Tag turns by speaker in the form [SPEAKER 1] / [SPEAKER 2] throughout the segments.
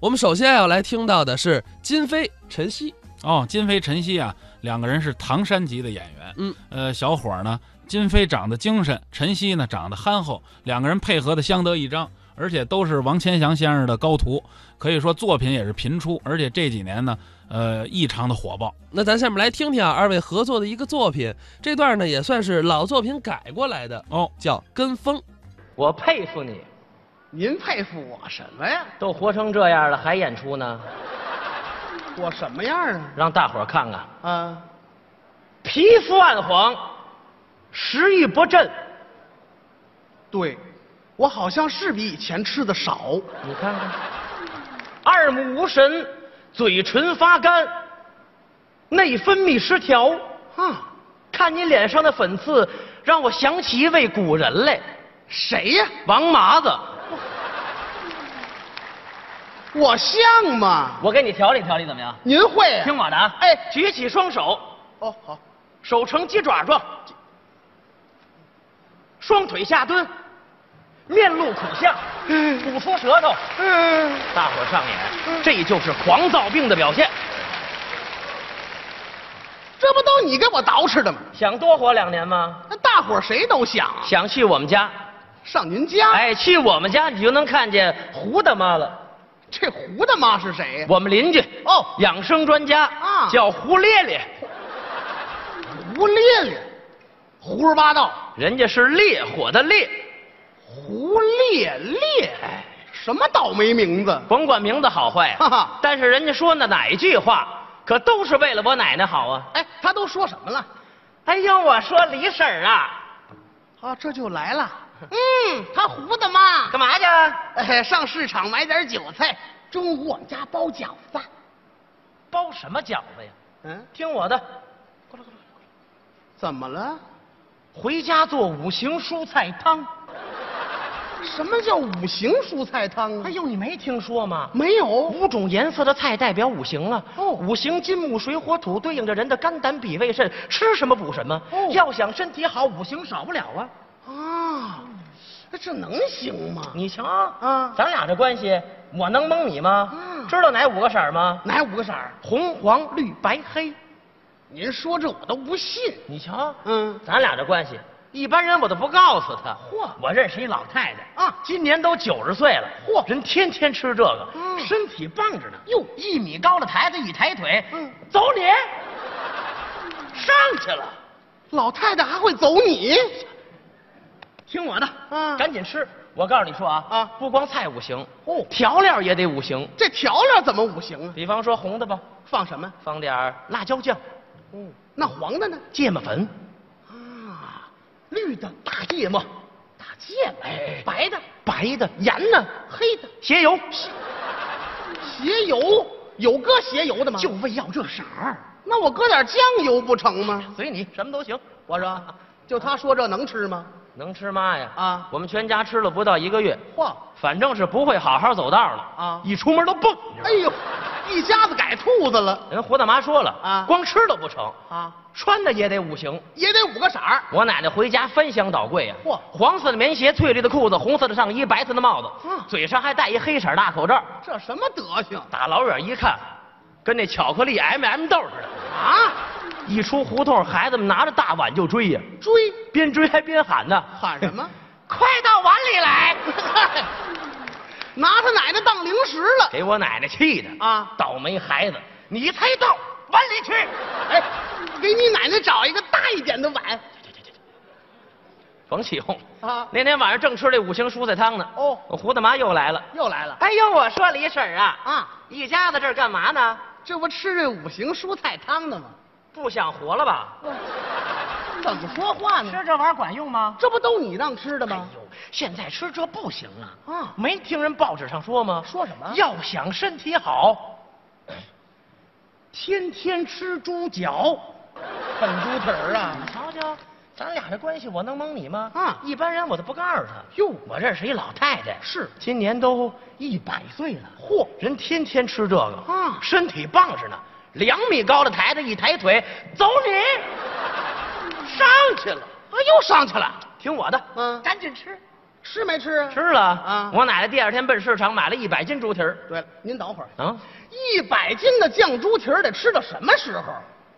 [SPEAKER 1] 我们首先要来听到的是金飞、陈曦，
[SPEAKER 2] 哦，金飞、陈曦啊，两个人是唐山籍的演员。
[SPEAKER 1] 嗯，
[SPEAKER 2] 呃，小伙儿呢，金飞长得精神，陈曦呢长得憨厚，两个人配合的相得益彰，而且都是王千祥先生的高徒，可以说作品也是频出，而且这几年呢，呃，异常的火爆。
[SPEAKER 1] 那咱下面来听听啊，二位合作的一个作品，这段呢也算是老作品改过来的，
[SPEAKER 2] 哦，
[SPEAKER 1] 叫《跟风》。
[SPEAKER 3] 我佩服你，
[SPEAKER 4] 您佩服我什么呀？
[SPEAKER 3] 都活成这样了还演出呢，
[SPEAKER 4] 我什么样啊？
[SPEAKER 3] 让大伙儿看看，
[SPEAKER 4] 啊，
[SPEAKER 3] 皮肤暗黄，食欲不振，
[SPEAKER 4] 对，我好像是比以前吃的少。
[SPEAKER 3] 你看看，二目无神，嘴唇发干，内分泌失调。
[SPEAKER 4] 啊，
[SPEAKER 3] 看你脸上的粉刺，让我想起一位古人来，
[SPEAKER 4] 谁呀、
[SPEAKER 3] 王麻子。
[SPEAKER 4] 我像吗？
[SPEAKER 3] 我给你调理调理，怎么样？
[SPEAKER 4] 您会啊、
[SPEAKER 3] 听我的啊！
[SPEAKER 4] 哎
[SPEAKER 3] 举起双手，
[SPEAKER 4] 哦，好，
[SPEAKER 3] 手呈鸡爪状，双腿下蹲，面露苦相，吐出舌头，
[SPEAKER 4] 嗯，
[SPEAKER 3] 大伙儿上演，这就是狂躁病的表现。
[SPEAKER 4] 这不都你给我捯饬的吗？
[SPEAKER 3] 想多活两年吗？
[SPEAKER 4] 那大伙儿谁都想啊
[SPEAKER 3] 想去我们家？
[SPEAKER 4] 上您家。，
[SPEAKER 3] 哎，去我们家你就能看见胡大妈了，
[SPEAKER 4] 这胡大妈是谁呀？
[SPEAKER 3] 我们邻居
[SPEAKER 4] 哦
[SPEAKER 3] 养生专家
[SPEAKER 4] 啊
[SPEAKER 3] 叫胡烈烈，
[SPEAKER 4] 胡咧咧，胡说八道，
[SPEAKER 3] 人家是烈火的烈，
[SPEAKER 4] 胡咧咧，哎什么倒霉名字？
[SPEAKER 3] 甭管名字好坏，啊
[SPEAKER 4] 哈哈
[SPEAKER 3] 但是人家说的哪一句话，可都是为了我奶奶好啊。
[SPEAKER 4] 哎，他都说什么了？
[SPEAKER 3] 哎呦，我说李婶儿啊，
[SPEAKER 4] 啊，这就来了。嗯，他胡的嘛，
[SPEAKER 3] 干嘛去？
[SPEAKER 4] 哎，上市场买点韭菜，中午我们家包饺子。
[SPEAKER 3] 包什么饺子呀？
[SPEAKER 4] 嗯，
[SPEAKER 3] 听我的，
[SPEAKER 4] 怎么了？
[SPEAKER 3] 回家做五行蔬菜汤。
[SPEAKER 4] 什么叫五行蔬菜汤啊？
[SPEAKER 3] 哎，呦，你没听说吗？
[SPEAKER 4] 没有。
[SPEAKER 3] 五种颜色的菜代表五行啊。
[SPEAKER 4] 哦
[SPEAKER 3] 五行金木水火土对应着人的肝胆脾胃肾，吃什么补什么。
[SPEAKER 4] 哦
[SPEAKER 3] 要想身体好，五行少不了啊。
[SPEAKER 4] 啊，这能行吗？
[SPEAKER 3] 你瞧，
[SPEAKER 4] 啊
[SPEAKER 3] 咱俩这关系，我能蒙你吗？
[SPEAKER 4] 嗯
[SPEAKER 3] 知道哪五个色儿吗？
[SPEAKER 4] 哪五个色儿？
[SPEAKER 3] 红、黄、绿、白、黑。
[SPEAKER 4] 您说这我都不信。
[SPEAKER 3] 你瞧，
[SPEAKER 4] 嗯
[SPEAKER 3] 咱俩这关系，一般人我都不告诉他。
[SPEAKER 4] 嚯
[SPEAKER 3] 我认识一老太太
[SPEAKER 4] 啊
[SPEAKER 3] 今年都九十岁了。
[SPEAKER 4] 嚯
[SPEAKER 3] 人天天吃这个，
[SPEAKER 4] 嗯
[SPEAKER 3] 身体棒着呢。
[SPEAKER 4] 哟，
[SPEAKER 3] 一米高的台子一抬腿，
[SPEAKER 4] 嗯
[SPEAKER 3] 走 你，上去了。
[SPEAKER 4] 老太太还会走你？
[SPEAKER 3] 听我的，
[SPEAKER 4] 嗯
[SPEAKER 3] 赶紧吃。我告诉你说啊，
[SPEAKER 4] 啊
[SPEAKER 3] 不光菜五行，
[SPEAKER 4] 哦
[SPEAKER 3] 调料也得五行。
[SPEAKER 4] 这调料怎么五行啊？
[SPEAKER 3] 比方说红的吧，
[SPEAKER 4] 放什么？
[SPEAKER 3] 放点儿辣椒酱、
[SPEAKER 4] 嗯，那黄的呢？
[SPEAKER 3] 芥末粉，
[SPEAKER 4] 啊，绿的大芥末，大芥末，
[SPEAKER 3] 哎
[SPEAKER 4] 白的
[SPEAKER 3] 白的盐呢，
[SPEAKER 4] 黑的啊
[SPEAKER 3] 鞋油，
[SPEAKER 4] 鞋油，有搁鞋油的吗？
[SPEAKER 3] 就为要这色儿。
[SPEAKER 4] 那我搁点酱油不成吗？
[SPEAKER 3] 随你，什么都行。
[SPEAKER 4] 我说，就他说这能吃吗？
[SPEAKER 3] 能吃嘛呀？
[SPEAKER 4] 啊
[SPEAKER 3] 我们全家吃了不到一个月，
[SPEAKER 4] 嚯，
[SPEAKER 3] 反正是不会好好走道了
[SPEAKER 4] 啊
[SPEAKER 3] 一出门都蹦。
[SPEAKER 4] 哎呦，一家子改兔子了
[SPEAKER 3] 人胡大妈说了
[SPEAKER 4] 啊
[SPEAKER 3] 光吃都不成，
[SPEAKER 4] 啊，
[SPEAKER 3] 穿的也得五行。
[SPEAKER 4] 也得五个色儿。
[SPEAKER 3] 我奶奶回家翻箱倒柜呀、
[SPEAKER 4] 嚯
[SPEAKER 3] 黄色的棉鞋，翠绿的裤子，红色的上衣，白色的帽子，
[SPEAKER 4] 嗯
[SPEAKER 3] 嘴上还戴一黑色大口罩。
[SPEAKER 4] 这什么德行
[SPEAKER 3] 打老远一看，跟那巧克力 M、m 豆似的。
[SPEAKER 4] 啊？
[SPEAKER 3] 一出胡同，孩子们拿着大碗就追呀，
[SPEAKER 4] 追
[SPEAKER 3] 边追还边喊呢，
[SPEAKER 4] 喊什么？
[SPEAKER 3] 快到碗里来！
[SPEAKER 4] 嗨拿他奶奶当零食了。
[SPEAKER 3] 给我奶奶气的
[SPEAKER 4] 啊
[SPEAKER 3] 倒霉孩子，你才到碗里去！
[SPEAKER 4] 哎，给你奶奶找一个大一点的碗。
[SPEAKER 3] 甭起哄
[SPEAKER 4] 啊
[SPEAKER 3] 那天晚上正吃这五行蔬菜汤呢，
[SPEAKER 4] 哦
[SPEAKER 3] 我胡大妈又来了。
[SPEAKER 4] 又来了，
[SPEAKER 3] 哎呦，我说李婶儿啊，
[SPEAKER 4] 啊，
[SPEAKER 3] 一家子这儿干嘛呢？
[SPEAKER 4] 这不吃这五行蔬菜汤呢吗？
[SPEAKER 3] 不想活了吧？
[SPEAKER 4] 怎么说话呢？
[SPEAKER 3] 吃这玩意儿管用吗？
[SPEAKER 4] 这不都你让吃的吗？
[SPEAKER 3] 呦，现在吃这不行啊！
[SPEAKER 4] 啊
[SPEAKER 3] 没听人报纸上说吗？
[SPEAKER 4] 说什么
[SPEAKER 3] 要想身体 好，天天吃猪脚，
[SPEAKER 4] 粉猪蹄儿
[SPEAKER 3] 你
[SPEAKER 4] 啊！
[SPEAKER 3] 瞧瞧，咱俩这关系，我能蒙你吗？
[SPEAKER 4] 啊
[SPEAKER 3] 一般人我都不告诉他。
[SPEAKER 4] 哟
[SPEAKER 3] 我认识一老太太，
[SPEAKER 4] 是
[SPEAKER 3] 今年都一百岁了，嚯，人天天吃这个，
[SPEAKER 4] 啊
[SPEAKER 3] 身体棒着呢，两米高的台子一抬腿，走你，上去了，哎
[SPEAKER 4] 啊，又上去了。
[SPEAKER 3] 听我的，
[SPEAKER 4] 嗯
[SPEAKER 3] 赶紧吃，
[SPEAKER 4] 吃没吃啊？
[SPEAKER 3] 吃了
[SPEAKER 4] 啊
[SPEAKER 3] 我奶奶第二天奔市场买了一百斤猪蹄儿，
[SPEAKER 4] 对了，您等会儿，
[SPEAKER 3] 啊，
[SPEAKER 4] 一百斤的酱猪蹄儿得吃到什么时候？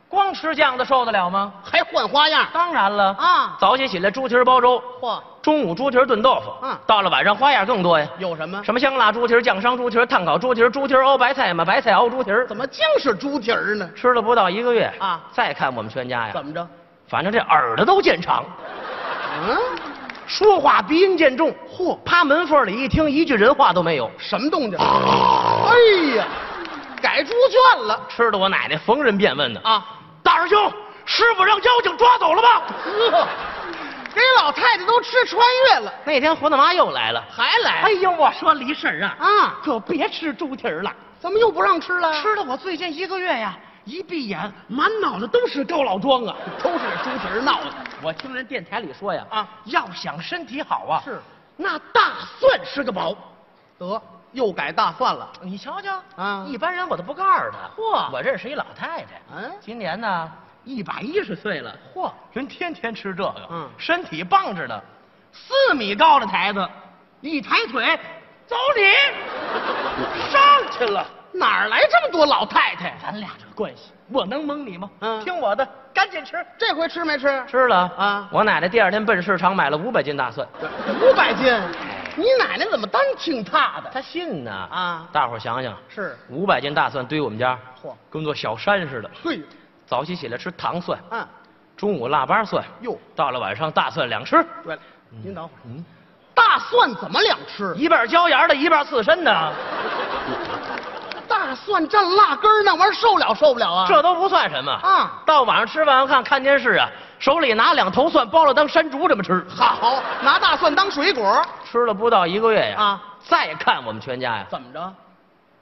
[SPEAKER 3] 光吃酱的受得了吗？
[SPEAKER 4] 还换花样？
[SPEAKER 3] 当然了
[SPEAKER 4] 啊
[SPEAKER 3] 早起起来猪蹄儿煲粥，
[SPEAKER 4] 嚯，
[SPEAKER 3] 中午猪蹄儿炖豆腐，
[SPEAKER 4] 嗯
[SPEAKER 3] 到了晚上花样更多呀，
[SPEAKER 4] 有什么？
[SPEAKER 3] 什么香辣猪蹄儿、酱香猪蹄儿、炭烤猪蹄儿、猪蹄儿熬白菜嘛，白菜熬猪蹄儿，
[SPEAKER 4] 怎么净是猪蹄儿呢？
[SPEAKER 3] 吃了不到一个月
[SPEAKER 4] 啊
[SPEAKER 3] 再看我们全家呀，
[SPEAKER 4] 怎么着？
[SPEAKER 3] 反正这耳朵都见长，
[SPEAKER 4] 嗯，
[SPEAKER 3] 说话鼻音渐重，嚯，趴门缝里一听一句人话都没有，
[SPEAKER 4] 什么动静？哎呀，改猪圈了
[SPEAKER 3] 吃的我奶奶逢人便问的，
[SPEAKER 4] 啊！
[SPEAKER 3] 大师兄，师傅让妖精抓走了吧？
[SPEAKER 4] 呵，给老太太都吃穿越了，
[SPEAKER 3] 那天胡大妈又来了，
[SPEAKER 4] 还来？
[SPEAKER 3] 哎呦，我说李婶儿啊，
[SPEAKER 4] 啊，
[SPEAKER 3] 可别吃猪蹄儿了，
[SPEAKER 4] 怎么又不让吃了？
[SPEAKER 3] 吃的我最近一个月呀，一闭眼满脑子都是高老庄啊。
[SPEAKER 4] 都是这猪蹄儿闹的。
[SPEAKER 3] 我听人电台里说呀，
[SPEAKER 4] 啊
[SPEAKER 3] 要想身体好啊，
[SPEAKER 4] 是，
[SPEAKER 3] 那大蒜是个宝。
[SPEAKER 4] 得，又改大蒜了。
[SPEAKER 3] 你瞧瞧，
[SPEAKER 4] 啊
[SPEAKER 3] 一般人我都不告诉他。
[SPEAKER 4] 嚯
[SPEAKER 3] 我认识一老太太，
[SPEAKER 4] 嗯
[SPEAKER 3] 今年呢一百一十岁了，嚯，人天天吃这个，
[SPEAKER 4] 嗯
[SPEAKER 3] 身体棒着呢，四米高的台子，一抬腿，走你， 上去了。
[SPEAKER 4] 哪儿来这么多老太太？
[SPEAKER 3] 咱俩这关系，我能蒙你吗？
[SPEAKER 4] 嗯
[SPEAKER 3] 听我的，赶紧吃。
[SPEAKER 4] 这回吃没吃？
[SPEAKER 3] 吃了
[SPEAKER 4] 啊
[SPEAKER 3] 我奶奶第二天奔市场买了五百斤大蒜，
[SPEAKER 4] 五百斤，你奶奶怎么单听他的？
[SPEAKER 3] 她信呢
[SPEAKER 4] 啊
[SPEAKER 3] 大伙儿想想，
[SPEAKER 4] 是，
[SPEAKER 3] 五百斤大蒜堆我们家，
[SPEAKER 4] 嚯
[SPEAKER 3] 跟座小山似的。
[SPEAKER 4] 嘿，
[SPEAKER 3] 早起起来吃糖蒜，
[SPEAKER 4] 嗯，
[SPEAKER 3] 中午腊八蒜，
[SPEAKER 4] 哟
[SPEAKER 3] 到了晚上大蒜两吃，
[SPEAKER 4] 对了，您等会儿，
[SPEAKER 3] 嗯，
[SPEAKER 4] 大蒜怎么两吃？
[SPEAKER 3] 一半椒盐的，一半刺身的，
[SPEAKER 4] 啊大蒜蘸辣根儿那玩意儿受了受不了啊？
[SPEAKER 3] 这都不算什么
[SPEAKER 4] 啊
[SPEAKER 3] 到晚上吃完饭看电视啊，手里拿两头蒜剥了当山竹这么吃，
[SPEAKER 4] 好，拿大蒜当水果，
[SPEAKER 3] 吃了不到一个月呀，
[SPEAKER 4] 啊，
[SPEAKER 3] 再看我们全家呀，
[SPEAKER 4] 怎么着？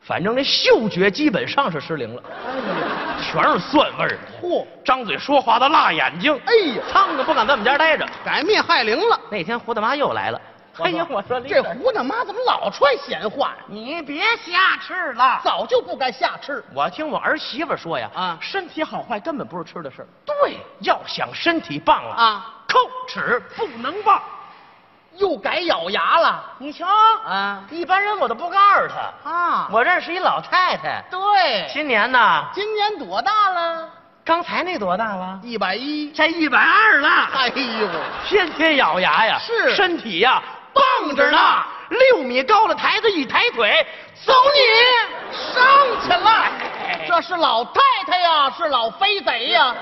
[SPEAKER 3] 反正这嗅觉基本上是失灵了，
[SPEAKER 4] 哎呀，
[SPEAKER 3] 全是蒜味儿，
[SPEAKER 4] 嚯，
[SPEAKER 3] 张嘴说话的辣眼睛，
[SPEAKER 4] 哎呀，
[SPEAKER 3] 苍蝇不敢在我们家待着。
[SPEAKER 4] 改灭害灵了。
[SPEAKER 3] 那天胡大妈又来了，哎呀，我说李
[SPEAKER 4] 这
[SPEAKER 3] 婶儿
[SPEAKER 4] 胡大妈怎么老串闲话呀？
[SPEAKER 3] 你别瞎吃了
[SPEAKER 4] 早就不该瞎吃。
[SPEAKER 3] 我听我儿媳妇说呀，
[SPEAKER 4] 啊
[SPEAKER 3] 身体好坏根本不是吃的事儿，
[SPEAKER 4] 对，
[SPEAKER 3] 要想身体棒啊，
[SPEAKER 4] 啊，
[SPEAKER 3] 叩齿不能忘。
[SPEAKER 4] 又改咬牙了
[SPEAKER 3] 你瞧，
[SPEAKER 4] 啊
[SPEAKER 3] 一般人我都不告诉他。
[SPEAKER 4] 啊
[SPEAKER 3] 我认识一老太太，
[SPEAKER 4] 对，
[SPEAKER 3] 今年呢，
[SPEAKER 4] 今年多大了？
[SPEAKER 3] 刚才那多大了？
[SPEAKER 4] 一百一。
[SPEAKER 3] 这一百二 了，
[SPEAKER 4] 哎呦，
[SPEAKER 3] 天天咬牙呀，
[SPEAKER 4] 是
[SPEAKER 3] 身体呀棒着呢，六米高的台子一抬腿，走你，
[SPEAKER 4] 上去
[SPEAKER 3] 哎
[SPEAKER 4] 了！这是老太太呀，是老飞贼呀！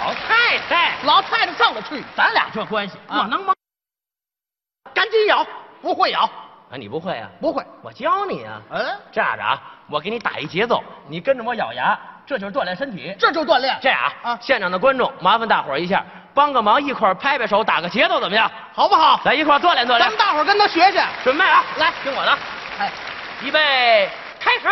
[SPEAKER 3] 老太太，
[SPEAKER 4] 老太太上得去，
[SPEAKER 3] 咱俩这关系，
[SPEAKER 4] 啊
[SPEAKER 3] 我能吗？赶紧咬
[SPEAKER 4] 不会咬，
[SPEAKER 3] 啊！你不会啊？
[SPEAKER 4] 不会。
[SPEAKER 3] 我教你啊。
[SPEAKER 4] 嗯，
[SPEAKER 3] 这样的啊，我给你打一节奏，你跟着我咬牙，这就是锻炼身体。
[SPEAKER 4] 这就锻炼。
[SPEAKER 3] 这样啊，
[SPEAKER 4] 啊
[SPEAKER 3] 现场的观众麻烦大伙儿一下，帮个忙，一块儿拍拍手，打个节奏，怎么样？
[SPEAKER 4] 好不好？
[SPEAKER 3] 咱一块儿锻炼锻
[SPEAKER 4] 咱
[SPEAKER 3] 炼
[SPEAKER 4] 们。大伙儿跟他学学。
[SPEAKER 3] 准备啊，
[SPEAKER 4] 来
[SPEAKER 3] 听我的，
[SPEAKER 4] 哎，
[SPEAKER 3] 预备，开始！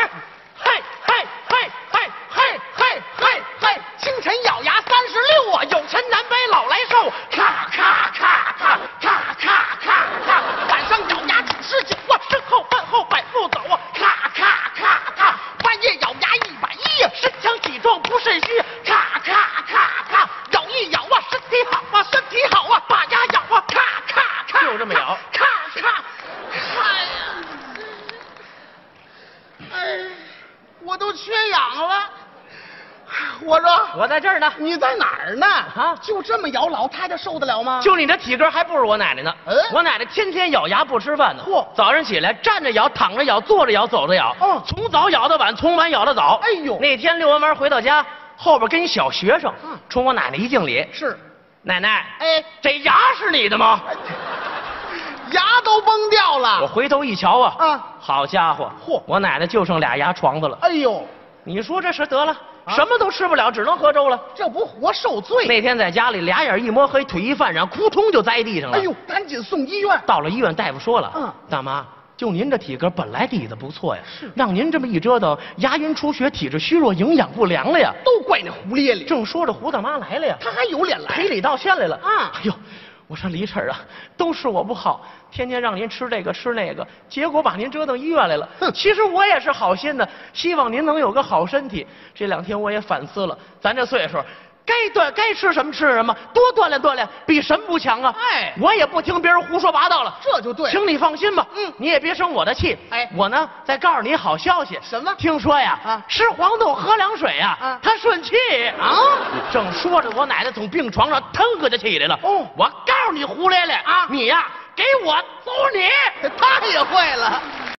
[SPEAKER 3] 嘿，嘿，嘿，嘿，嘿，嘿，嘿，嘿
[SPEAKER 4] 嗨，，清晨咬牙三十六啊！
[SPEAKER 3] 有钱难为老来瘦，咔咔咔咔咔咔咔咔，晚上咬牙几十九啊，身后饭后百步走啊，咔咔咔咔，半夜咬牙一百一啊，身强体壮不肾虚，咔咔咔咔，咬一咬啊，身体好啊，身体好啊，把牙咬啊，咔咔咔，就这么咬，咔咔。
[SPEAKER 4] 哎呀，哎，我都缺氧了。我说，
[SPEAKER 3] 我在这儿呢，
[SPEAKER 4] 你在哪儿呢？
[SPEAKER 3] 啊
[SPEAKER 4] 就这么咬老太太受得了吗？
[SPEAKER 3] 就你这体格还不如我奶奶呢。
[SPEAKER 4] 啊嗯
[SPEAKER 3] 我奶奶天天咬牙不吃饭呢。
[SPEAKER 4] 嚯
[SPEAKER 3] 早上起来站着咬，躺着咬，坐着咬，走着咬。
[SPEAKER 4] 嗯
[SPEAKER 3] 从早咬到晚，从晚咬到早。
[SPEAKER 4] 哎呦
[SPEAKER 3] 那天遛完弯回到家，后边跟一小学生
[SPEAKER 4] 嗯，
[SPEAKER 3] 冲我奶奶一敬礼，
[SPEAKER 4] 是，
[SPEAKER 3] 奶奶，
[SPEAKER 4] 哎，
[SPEAKER 3] 这牙是你的吗？
[SPEAKER 4] 牙都崩掉
[SPEAKER 3] 我
[SPEAKER 4] 了。
[SPEAKER 3] 回头一瞧啊，
[SPEAKER 4] 嗯
[SPEAKER 3] 好家伙，
[SPEAKER 4] 嚯
[SPEAKER 3] 我奶奶就剩俩牙床子了。
[SPEAKER 4] 哎呦，
[SPEAKER 3] 你说这事得了，
[SPEAKER 4] 啊
[SPEAKER 3] 什么都吃不了，只能喝粥了。
[SPEAKER 4] 这不活受罪！
[SPEAKER 3] 那天在家里，俩眼一摸黑，腿一犯软，扑通就栽地上了。
[SPEAKER 4] 哎呦，赶紧送医院。
[SPEAKER 3] 到了医院，大夫说了，
[SPEAKER 4] 嗯
[SPEAKER 3] 大妈，就您这体格本来底子不错呀，是，让您这么一折腾，牙龈出血，体质虚弱，营养不良了呀。
[SPEAKER 4] 都怪那狐狸里，
[SPEAKER 3] 正说着，胡大妈来了呀，
[SPEAKER 4] 他还有脸来
[SPEAKER 3] 赔？礼道歉来了。
[SPEAKER 5] 嗯
[SPEAKER 4] 啊
[SPEAKER 3] 哎呦，我说李婶儿啊，都是我不好，天天让您吃这个吃那个，结果把您折腾医院来了。
[SPEAKER 4] 哼
[SPEAKER 3] 其实我也是好心的，希望您能有个好身体。这两天我也反思了，咱这岁数，该锻该吃什么吃什么，多锻炼锻炼，比什么不强啊？
[SPEAKER 5] 哎
[SPEAKER 3] 我也不听别人胡说八道了，
[SPEAKER 5] 这就对了
[SPEAKER 3] 请你放心吧，
[SPEAKER 5] 嗯
[SPEAKER 3] 你也别生我的气。
[SPEAKER 5] 哎
[SPEAKER 3] 我呢，再告诉你好消息。
[SPEAKER 5] 什么
[SPEAKER 3] 听说呀，
[SPEAKER 5] 啊
[SPEAKER 3] 吃黄豆喝凉水呀，
[SPEAKER 5] 啊
[SPEAKER 3] 它顺气
[SPEAKER 5] 啊
[SPEAKER 3] 正说着，我奶奶从病床上腾个就起来了。
[SPEAKER 5] 哦
[SPEAKER 3] 我告诉你胡咧咧
[SPEAKER 5] 啊
[SPEAKER 3] 你呀，给我走你！
[SPEAKER 5] 他也会了。